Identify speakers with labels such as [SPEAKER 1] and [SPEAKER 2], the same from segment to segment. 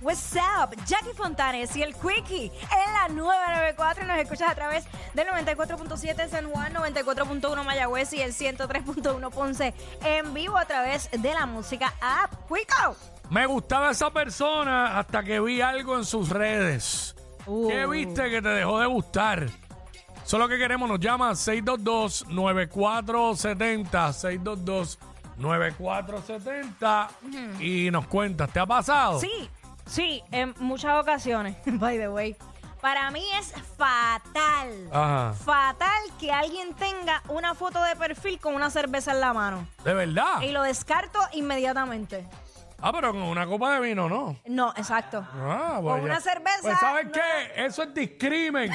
[SPEAKER 1] What's up? Jackie Fontanes y el Quickie en la 994 y nos escuchas a través del 94.7 San Juan, 94.1 Mayagüez y el 103.1 Ponce en vivo a través de la música app. Quico.
[SPEAKER 2] Me gustaba esa persona hasta que vi algo en sus redes.
[SPEAKER 1] Uh.
[SPEAKER 2] ¿Qué viste que te dejó de gustar? Eso es lo que queremos. Nos llama 622-9470. 622-9470. Y nos cuentas. ¿Te ha pasado?
[SPEAKER 1] Sí, sí, en muchas ocasiones, by the way. Para mí es fatal.
[SPEAKER 2] Ajá.
[SPEAKER 1] Fatal que alguien tenga una foto de perfil con una cerveza en la mano.
[SPEAKER 2] ¿De verdad?
[SPEAKER 1] Y lo descarto inmediatamente.
[SPEAKER 2] Ah, pero con una copa de vino, ¿no?
[SPEAKER 1] No, exacto.
[SPEAKER 2] Ah,
[SPEAKER 1] Con
[SPEAKER 2] ya.
[SPEAKER 1] una cerveza,
[SPEAKER 2] Pues, ¿sabes
[SPEAKER 1] no.
[SPEAKER 2] qué? Eso es discrimen.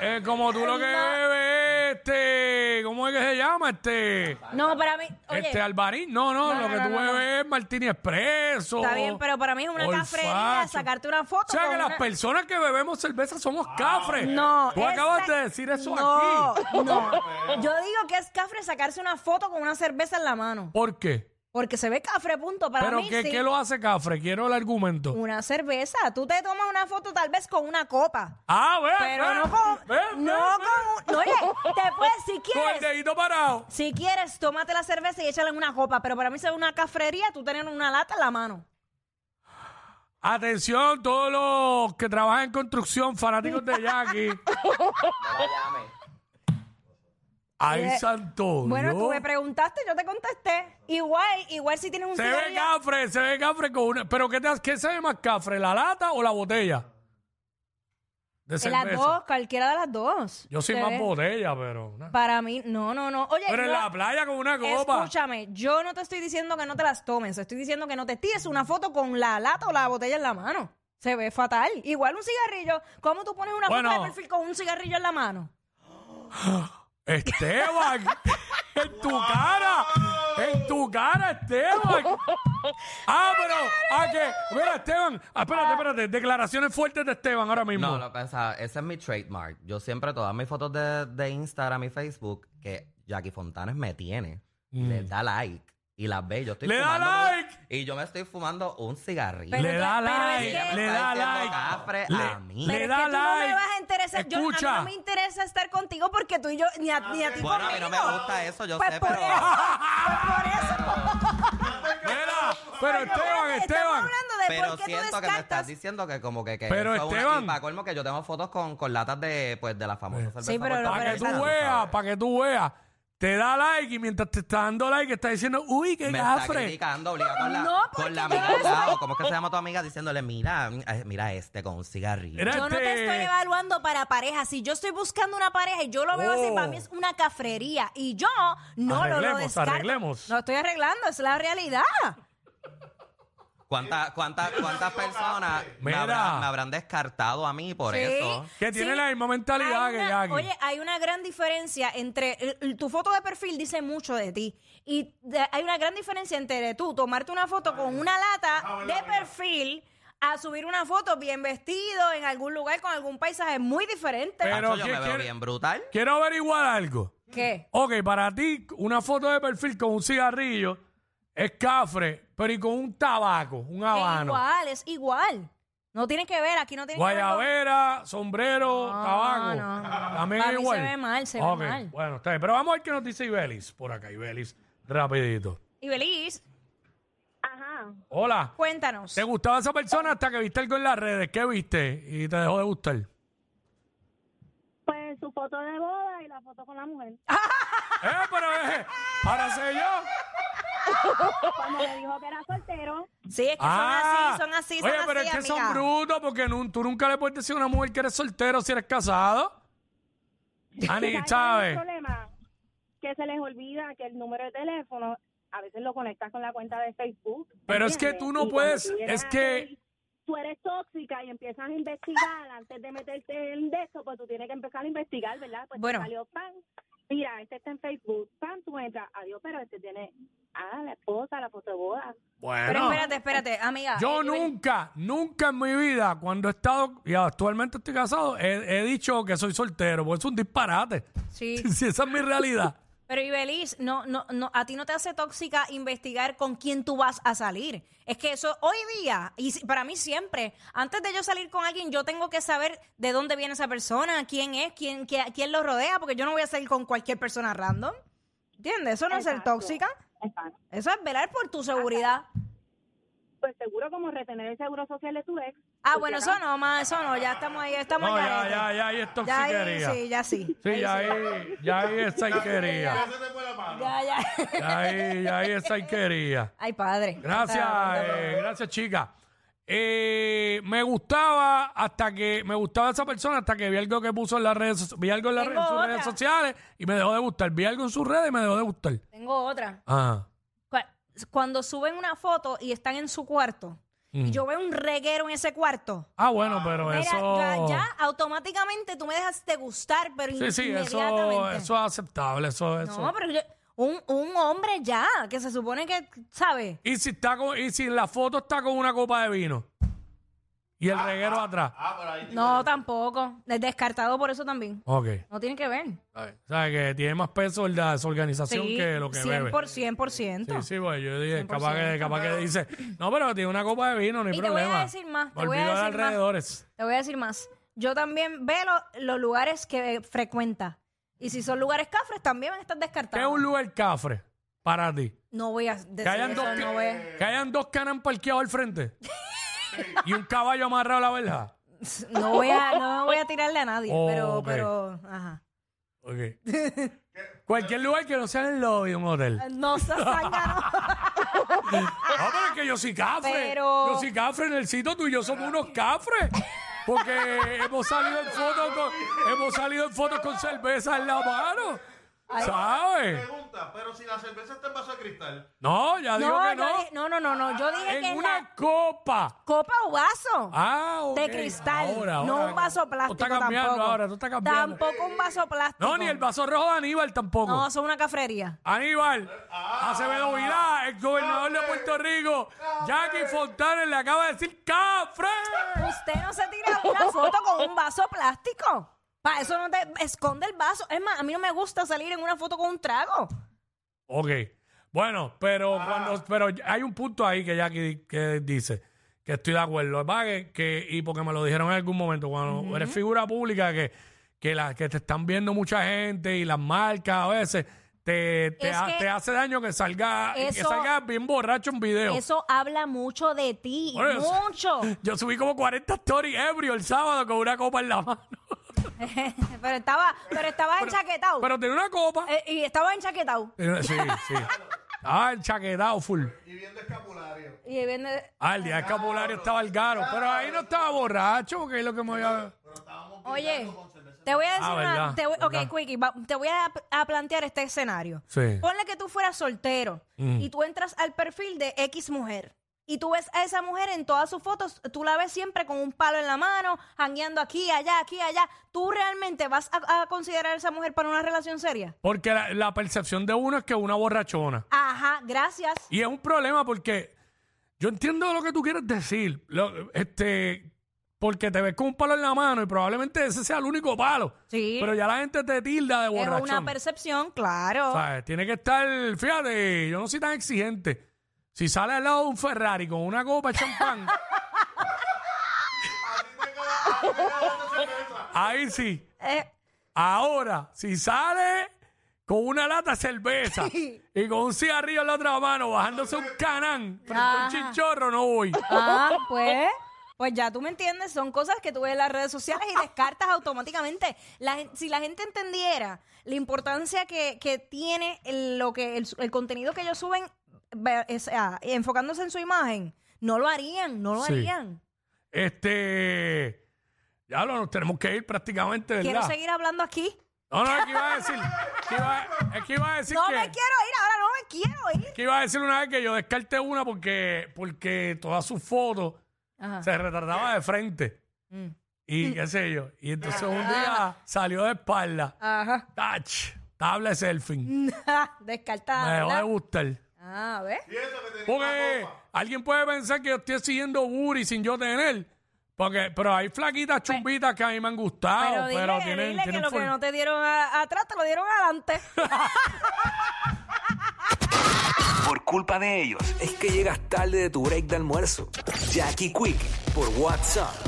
[SPEAKER 2] Eh, como tú lo que
[SPEAKER 1] No.
[SPEAKER 2] bebes, este. ¿Cómo es que se llama? Este.
[SPEAKER 1] No, para mí. Oye,
[SPEAKER 2] Este Alvarín, no, no,
[SPEAKER 1] No,
[SPEAKER 2] lo
[SPEAKER 1] no,
[SPEAKER 2] que
[SPEAKER 1] no,
[SPEAKER 2] tú
[SPEAKER 1] no, no.
[SPEAKER 2] bebes es Martini Expreso.
[SPEAKER 1] Está bien, pero para mí es una cafrería sacarte una foto
[SPEAKER 2] O sea,
[SPEAKER 1] con
[SPEAKER 2] que
[SPEAKER 1] una-
[SPEAKER 2] las personas que bebemos cerveza somos cafres.
[SPEAKER 1] no.
[SPEAKER 2] Tú
[SPEAKER 1] esa-
[SPEAKER 2] acabas de decir eso
[SPEAKER 1] no,
[SPEAKER 2] aquí.
[SPEAKER 1] No, Yo digo que es cafre sacarse una foto con una cerveza en la mano.
[SPEAKER 2] ¿Por qué?
[SPEAKER 1] Porque se ve cafre, punto. Para
[SPEAKER 2] ¿Pero
[SPEAKER 1] mí,
[SPEAKER 2] qué,
[SPEAKER 1] sí. Mm.
[SPEAKER 2] qué lo hace cafre? Quiero el argumento.
[SPEAKER 1] Una cerveza. Tú te tomas una foto tal vez con una copa.
[SPEAKER 2] Ah, ve,
[SPEAKER 1] Pero
[SPEAKER 2] ve,
[SPEAKER 1] no con.
[SPEAKER 2] ve, ve,
[SPEAKER 1] no
[SPEAKER 2] ve.
[SPEAKER 1] con. un- Oye, te puedes, si
[SPEAKER 2] Con el
[SPEAKER 1] quieres.
[SPEAKER 2] dedito parado.
[SPEAKER 1] Si quieres, tómate la cerveza y échala en una copa. Pero para mí, se ve una cafrería tú tener una lata en la mano.
[SPEAKER 2] Atención, todos los que trabajan en construcción, fanáticos de Jackie. Ay,
[SPEAKER 1] Eh,
[SPEAKER 2] santo.
[SPEAKER 1] Bueno,
[SPEAKER 2] Dios.
[SPEAKER 1] tú me preguntaste, yo te contesté. Igual, igual si tienes un
[SPEAKER 2] Se ve
[SPEAKER 1] cigarrillo-
[SPEAKER 2] cafre, se ve cafre con una. ¿Pero qué, te- qué se ve más cafre, la lata o la botella? De
[SPEAKER 1] De las
[SPEAKER 2] cerveza.
[SPEAKER 1] dos, cualquiera de las dos.
[SPEAKER 2] Yo soy
[SPEAKER 1] Se
[SPEAKER 2] más
[SPEAKER 1] ve.
[SPEAKER 2] botella, pero. nah.
[SPEAKER 1] Para mí, no, no, no. Oye,
[SPEAKER 2] Pero en
[SPEAKER 1] yo-
[SPEAKER 2] la playa con una copa.
[SPEAKER 1] escúchame, yo no te estoy diciendo que no te las tomes, estoy diciendo que no te tires una foto con la lata o la botella en la mano. Se ve fatal. Igual un cigarrillo. ¿Cómo tú pones una
[SPEAKER 2] Bueno.
[SPEAKER 1] foto de perfil con un cigarrillo en la mano?
[SPEAKER 2] Esteban, en tu cara, en tu cara, Esteban. Ah, pero, ah, que, mira, Esteban, ah, espérate, espérate, declaraciones fuertes de Esteban ahora mismo.
[SPEAKER 3] No, lo que pasa, ese es mi trademark. Yo siempre, todas mis fotos de, de Instagram y Facebook, que Jackie Fontanes me tiene, le da like y las ve. Yo estoy
[SPEAKER 2] Mm. Le da
[SPEAKER 3] fumando-
[SPEAKER 2] like.
[SPEAKER 3] Y yo me estoy fumando un cigarrillo.
[SPEAKER 1] Pero
[SPEAKER 2] le da
[SPEAKER 1] entonces- pero
[SPEAKER 2] like,
[SPEAKER 1] es que-
[SPEAKER 2] le da like.
[SPEAKER 3] Cafre
[SPEAKER 2] Le,
[SPEAKER 3] a mí.
[SPEAKER 2] le
[SPEAKER 1] Pero es
[SPEAKER 2] da
[SPEAKER 1] que tú no me
[SPEAKER 2] like.
[SPEAKER 1] vas a interesar. Yo, a mí
[SPEAKER 2] Escucha.
[SPEAKER 1] no me interesa estar contigo porque tú y yo, ni a, ni a ti
[SPEAKER 3] Bueno, a mí
[SPEAKER 1] conmigo.
[SPEAKER 3] no me gusta eso, yo
[SPEAKER 1] Pues
[SPEAKER 3] sé,
[SPEAKER 1] por
[SPEAKER 3] pero-
[SPEAKER 1] eso, pues por eso.
[SPEAKER 2] Mira, pero Esteban,
[SPEAKER 1] Estamos
[SPEAKER 2] Esteban.
[SPEAKER 1] hablando de
[SPEAKER 3] Pero
[SPEAKER 1] por qué tú
[SPEAKER 3] siento que me estás
[SPEAKER 1] descartas.
[SPEAKER 3] diciendo que como que... que
[SPEAKER 2] Pero
[SPEAKER 3] eso es una-
[SPEAKER 2] Esteban.
[SPEAKER 3] y pa' colmo que yo tengo fotos con, con latas de, pues, de la famosa cerveza
[SPEAKER 1] Sí, pero-
[SPEAKER 3] puertorriqueña,
[SPEAKER 2] Para que tú
[SPEAKER 1] Pero-
[SPEAKER 2] veas,
[SPEAKER 3] ¿sabes?
[SPEAKER 2] para que tú veas. Te da like y mientras te está dando like está diciendo, uy, qué
[SPEAKER 3] me está
[SPEAKER 2] gafre.
[SPEAKER 3] criticando obligado con la,
[SPEAKER 1] No, porque
[SPEAKER 3] con la
[SPEAKER 1] yo
[SPEAKER 3] amiga
[SPEAKER 1] no
[SPEAKER 3] al lado. ¿Cómo es que se llama tu amiga? Diciéndole, mira, eh, mira este con un cigarrillo.
[SPEAKER 2] Era-
[SPEAKER 1] Yo no te
[SPEAKER 2] Este-
[SPEAKER 1] estoy evaluando para pareja. Si yo estoy buscando una pareja y yo lo veo así,
[SPEAKER 2] Oh.
[SPEAKER 1] para mí es una cafrería. Y yo no lo, lo
[SPEAKER 2] Arreglemos,
[SPEAKER 1] descarto.
[SPEAKER 2] arreglemos.
[SPEAKER 1] No estoy arreglando, es la realidad.
[SPEAKER 3] ¿Cuántas cuántas cuántas personas me
[SPEAKER 2] Mira.
[SPEAKER 3] habrán, me habrán descartado a mí por
[SPEAKER 1] Sí.
[SPEAKER 3] eso?
[SPEAKER 2] Que tiene
[SPEAKER 1] Sí.
[SPEAKER 2] la misma mentalidad
[SPEAKER 1] Hay
[SPEAKER 2] que
[SPEAKER 1] una-
[SPEAKER 2] Jackie.
[SPEAKER 1] Oye, hay una gran diferencia entre el- el- tu foto de perfil dice mucho de ti y de- hay una gran diferencia entre tú tomarte una foto con una lata de perfil a subir una foto bien vestido en algún lugar con algún paisaje muy diferente.
[SPEAKER 2] Pero-
[SPEAKER 3] Pero yo
[SPEAKER 2] ¿quién
[SPEAKER 3] me veo
[SPEAKER 2] quiere-
[SPEAKER 3] bien brutal.
[SPEAKER 2] Quiero averiguar algo.
[SPEAKER 1] ¿Qué?
[SPEAKER 2] Ok, para ti, una foto de perfil con un cigarrillo es cafre, pero y con un tabaco, un
[SPEAKER 1] Es
[SPEAKER 2] habano.
[SPEAKER 1] igual, es igual. No tiene que ver, aquí no tiene que ver.
[SPEAKER 2] Guayabera, sombrero,
[SPEAKER 1] No,
[SPEAKER 2] tabaco.
[SPEAKER 1] no, no.
[SPEAKER 2] También
[SPEAKER 1] Para
[SPEAKER 2] es
[SPEAKER 1] mí
[SPEAKER 2] igual.
[SPEAKER 1] se ve mal, se ve
[SPEAKER 2] Ok,
[SPEAKER 1] mal.
[SPEAKER 2] Bueno, está bien. Pero vamos a ver qué nos dice Ibelis. Por acá, Ibelis, rapidito.
[SPEAKER 1] con- Y Belis,
[SPEAKER 4] Ajá.
[SPEAKER 2] Hola.
[SPEAKER 1] cuéntanos.
[SPEAKER 2] ¿Te gustaba esa persona hasta que viste algo en las redes? ¿Qué viste? Y te dejó de gustar. Eh,
[SPEAKER 4] Pues su foto de boda y la foto con la mujer.
[SPEAKER 2] ¡Eh, pero eh, ahora sé yo!
[SPEAKER 4] Cuando le dijo que era soltero,
[SPEAKER 1] Sí, es que
[SPEAKER 2] Ah,
[SPEAKER 1] son así, son así, son
[SPEAKER 2] Oye, pero
[SPEAKER 1] así,
[SPEAKER 2] es que son
[SPEAKER 1] amiga.
[SPEAKER 2] brutos porque nun- tú nunca le puedes decir a una mujer que eres soltero si eres casado. Ani,
[SPEAKER 4] ¿sabes cuál es
[SPEAKER 2] ¿sabes?
[SPEAKER 4] el problema? Que se les olvida que el número de teléfono a veces lo conectas con la cuenta de Facebook.
[SPEAKER 2] Pero es que
[SPEAKER 4] ¿entiendes?
[SPEAKER 2] tú no
[SPEAKER 4] Y cuando
[SPEAKER 2] puedes-
[SPEAKER 4] tú
[SPEAKER 2] es
[SPEAKER 4] llegas
[SPEAKER 2] que-
[SPEAKER 4] ahí, Tú eres tóxica y empiezas a investigar antes de meterte en de eso, pues tú tienes que empezar a investigar, ¿verdad? Pues te
[SPEAKER 1] Bueno.
[SPEAKER 4] salió pan. Mira, este está en Facebook, pan, tú entras, adiós, pero este tiene, ah, la esposa, la foto de boda.
[SPEAKER 1] Pero
[SPEAKER 2] Bueno,
[SPEAKER 1] espérate, espérate, amiga.
[SPEAKER 2] yo
[SPEAKER 1] Eh, Ibelis,
[SPEAKER 2] nunca, nunca en mi vida, cuando he estado, y actualmente estoy casado, he, he dicho que soy soltero, porque es un disparate.
[SPEAKER 1] Sí.
[SPEAKER 2] Si esa es mi realidad.
[SPEAKER 1] Pero Ibeliz, no, no, no, a ti no te hace tóxica investigar con quién tú vas a salir. Es que eso hoy día, y si- para mí siempre, antes de yo salir con alguien, yo tengo que saber de dónde viene esa persona, quién es, quién, qué- quién lo rodea, porque yo no voy a salir con cualquier persona random. ¿Entiendes? Eso no es ser
[SPEAKER 4] Exacto.
[SPEAKER 1] tóxica.
[SPEAKER 4] Exacto.
[SPEAKER 1] Eso es velar por tu seguridad.
[SPEAKER 4] Pues seguro como retener el seguro social de tu ex.
[SPEAKER 1] Ah,
[SPEAKER 4] Porque
[SPEAKER 1] bueno,
[SPEAKER 4] ahora-
[SPEAKER 1] eso no, ma, eso no, ya estamos ahí, estamos
[SPEAKER 2] No,
[SPEAKER 1] al
[SPEAKER 2] ya,
[SPEAKER 1] garete.
[SPEAKER 2] ya, ya, ahí es
[SPEAKER 1] Ya ahí,
[SPEAKER 2] toxiquería.
[SPEAKER 1] sí, ya sí.
[SPEAKER 2] Sí, ya ahí, ya ahí es
[SPEAKER 5] Ya
[SPEAKER 2] saiquería.
[SPEAKER 5] se te fue la mano.
[SPEAKER 1] Ya, ya.
[SPEAKER 2] Ya ahí, ya ahí es saiquería.
[SPEAKER 1] Ay, padre.
[SPEAKER 2] Gracias,
[SPEAKER 1] Ah,
[SPEAKER 2] eh, gracias, chica. Eh, me gustaba hasta que me gustaba esa persona hasta que vi algo que puso en las redes so- vi algo en, las
[SPEAKER 1] Tengo
[SPEAKER 2] redes- en sus redes
[SPEAKER 1] otra.
[SPEAKER 2] sociales y me dejó de gustar vi algo en sus redes y me dejó de gustar Ah.
[SPEAKER 1] Tengo otra.
[SPEAKER 2] Ajá.
[SPEAKER 1] Cua- Cuando suben una foto y están en su cuarto, y yo veo un reguero en ese cuarto.
[SPEAKER 2] ah bueno pero
[SPEAKER 1] Mira,
[SPEAKER 2] eso
[SPEAKER 1] ya, ya automáticamente tú me dejas de gustar, pero
[SPEAKER 2] sí sí eso
[SPEAKER 1] inmediatamente.
[SPEAKER 2] eso es aceptable eso eso
[SPEAKER 1] no, pero yo- un, un hombre ya, que se supone que, ¿sabes?
[SPEAKER 2] y si está con, y si en la foto está con una copa de vino y el reguero atrás
[SPEAKER 5] Ah, por ahí.
[SPEAKER 1] No, tampoco. Es descartado por eso también.
[SPEAKER 2] ok
[SPEAKER 1] No tiene que ver.
[SPEAKER 2] sabes que tiene más peso la desorganización que lo que bebe
[SPEAKER 1] 100%. por
[SPEAKER 2] Sí,
[SPEAKER 1] ciento.
[SPEAKER 2] sí, pues yo dije, capaz que, capaz que dice, no, pero tiene una copa de vino, no hay
[SPEAKER 1] Y te voy a
[SPEAKER 2] problema.
[SPEAKER 1] decir más, te
[SPEAKER 2] Me
[SPEAKER 1] voy a
[SPEAKER 2] olvido de
[SPEAKER 1] decir más.
[SPEAKER 2] alrededores.
[SPEAKER 1] Te voy a decir más. Yo también veo lo- los lugares que frecuenta. Y si son lugares cafres, también van a estar
[SPEAKER 2] ¿Qué es
[SPEAKER 1] descartados.
[SPEAKER 2] un lugar cafre para ti?
[SPEAKER 1] No voy a decir
[SPEAKER 2] Que hayan,
[SPEAKER 1] eso,
[SPEAKER 2] dos
[SPEAKER 1] no voy a-
[SPEAKER 2] que, que hayan dos canas parqueados al frente y un caballo amarrado a la verja.
[SPEAKER 1] No voy a, no voy a tirarle a nadie,
[SPEAKER 2] Oh,
[SPEAKER 1] pero,
[SPEAKER 2] ok.
[SPEAKER 1] pero, ajá.
[SPEAKER 2] Ok. Cualquier lugar que no sea en el lobby de un hotel.
[SPEAKER 1] No se sangra,
[SPEAKER 2] Ah, pero es que yo soy cafre.
[SPEAKER 1] Pero-
[SPEAKER 2] Yo soy cafre en el sitio tú y yo somos unos cafres. Porque hemos salido en fotos con, hemos salido en fotos con cerveza en la mano. ¿Sabes?
[SPEAKER 5] Pregunta, pero si la cerveza está en vaso de cristal.
[SPEAKER 2] No, ya digo
[SPEAKER 1] no.
[SPEAKER 2] Ah, que no.
[SPEAKER 1] yo di- no, no, no, no, Yo dije que
[SPEAKER 2] en
[SPEAKER 1] es
[SPEAKER 2] una
[SPEAKER 1] la
[SPEAKER 2] copa.
[SPEAKER 1] copa o vaso.
[SPEAKER 2] Ah, ok.
[SPEAKER 1] De cristal,
[SPEAKER 2] Ahora,
[SPEAKER 1] no
[SPEAKER 2] ahora.
[SPEAKER 1] un vaso
[SPEAKER 2] Tú
[SPEAKER 1] plástico
[SPEAKER 2] estás cambiando
[SPEAKER 1] tampoco.
[SPEAKER 2] ahora, tú estás cambiando.
[SPEAKER 1] Tampoco un vaso plástico.
[SPEAKER 2] No, ni el vaso rojo de Aníbal tampoco.
[SPEAKER 1] No, eso es una cafrería.
[SPEAKER 2] Aníbal, Acevedo Vilá, el gobernador de Puerto Rico, Jackie Fontanes le acaba de decir ¡Cafre!
[SPEAKER 1] Usted no se tira una foto con un vaso plástico. Para eso no te esconde el vaso. Es más, a mí no me gusta salir en una foto con un trago.
[SPEAKER 2] Ok, bueno, pero
[SPEAKER 1] Ah.
[SPEAKER 2] cuando, pero hay un punto ahí que Jackie di- que dice que estoy de acuerdo. Es más que, que- y porque me lo dijeron en algún momento, cuando eres figura pública que, que, la, que te están viendo mucha gente y las marcas a veces te, te,
[SPEAKER 1] Es
[SPEAKER 2] ha-
[SPEAKER 1] que
[SPEAKER 2] te hace daño que salga, que
[SPEAKER 1] eso-
[SPEAKER 2] salga bien borracho en video.
[SPEAKER 1] Eso habla mucho de ti.
[SPEAKER 2] Bueno, eso-
[SPEAKER 1] mucho.
[SPEAKER 2] Yo subí como 40 stories ebrio el sábado con una copa en la mano.
[SPEAKER 1] pero estaba, pero estaba enchaquetado.
[SPEAKER 2] Pero Eh. tenía una copa.
[SPEAKER 1] Eh, y estaba enchaquetado.
[SPEAKER 2] Tenía- Sí, sí. Ah, el chaquetado full.
[SPEAKER 5] Y viendo escapulario.
[SPEAKER 1] Y vende.
[SPEAKER 2] Ah, el día de escapulario estaba el garo. Pero ahí no estaba borracho, porque es lo que me había...
[SPEAKER 1] Oye, te voy a decir
[SPEAKER 2] Ah,
[SPEAKER 1] una.
[SPEAKER 2] verdad,
[SPEAKER 1] te voy-
[SPEAKER 2] verdad.
[SPEAKER 1] ok, Quickie, va- te voy a, a plantear este escenario.
[SPEAKER 2] Sí. Mm.
[SPEAKER 1] Ponle que tú fueras soltero y tú entras al perfil de X mujer. Y tú ves a esa mujer en todas sus fotos, tú la ves siempre con un palo en la mano, jangueando aquí, allá, aquí, allá. ¿Tú realmente vas a, a considerar a esa mujer para una relación seria?
[SPEAKER 2] Porque la, la percepción de uno es que es una borrachona.
[SPEAKER 1] Ajá, gracias.
[SPEAKER 2] Y es un problema porque yo entiendo lo que tú quieres decir. Lo- este, porque te ves con un palo en la mano y probablemente ese sea el único palo.
[SPEAKER 1] Sí.
[SPEAKER 2] Pero ya la gente te tilda de
[SPEAKER 1] Es
[SPEAKER 2] borrachón.
[SPEAKER 1] una percepción, claro.
[SPEAKER 2] ¿Sabes? Tiene que estar, fíjate, yo no soy tan exigente. Si sale al lado de un Ferrari con una copa de champán,
[SPEAKER 5] A ti te queda- a ti te queda esta cerveza.
[SPEAKER 2] ahí sí.
[SPEAKER 1] Eh,
[SPEAKER 2] Ahora, si sale con una lata de cerveza y con un cigarrillo en la otra mano, bajándose un canán frente a un
[SPEAKER 1] Ajá.
[SPEAKER 2] chinchorro, no voy.
[SPEAKER 1] Ah, pues. Pues ya tú me entiendes, son cosas que tú ves en las redes sociales y descartas automáticamente. La gen- si la gente entendiera la importancia que, que tiene el, lo que el, el contenido que ellos suben, ve- o sea, enfocándose en su imagen, no lo harían, no lo
[SPEAKER 2] Sí.
[SPEAKER 1] harían.
[SPEAKER 2] Este. Ya lo, nos tenemos que ir prácticamente, ¿verdad?
[SPEAKER 1] Quiero seguir hablando aquí.
[SPEAKER 2] No, no, es que iba a decir. que iba- es que iba a decir
[SPEAKER 1] No
[SPEAKER 2] que.
[SPEAKER 1] me quiero ir, ahora no me quiero ir.
[SPEAKER 2] que iba a decir una vez que yo descarté una porque, porque todas sus fotos
[SPEAKER 1] Ajá.
[SPEAKER 2] se retrataba de frente.
[SPEAKER 1] Mm.
[SPEAKER 2] Y qué sé yo. Y entonces un día salió de espalda.
[SPEAKER 1] Ajá.
[SPEAKER 2] Tach, tabla de selfie. Me
[SPEAKER 1] Descartada.
[SPEAKER 2] dejó de
[SPEAKER 1] ¿verdad?
[SPEAKER 2] gustar.
[SPEAKER 1] Ah, ¿ves?
[SPEAKER 5] Y eso que tenía una
[SPEAKER 2] Porque
[SPEAKER 5] copa.
[SPEAKER 2] alguien puede pensar que yo estoy siguiendo Buri sin yo tener. Porque, pero hay flaquitas chumbitas que a mí me han gustado,
[SPEAKER 1] Pues, Pero
[SPEAKER 2] pero,
[SPEAKER 1] dile,
[SPEAKER 2] tienen,
[SPEAKER 1] dile que
[SPEAKER 2] tienen
[SPEAKER 1] lo que
[SPEAKER 2] forma.
[SPEAKER 1] no te dieron a- atrás te lo dieron adelante.
[SPEAKER 6] Por culpa de ellos, es que llegas tarde de tu break de almuerzo. Jackie Quick por WhatsApp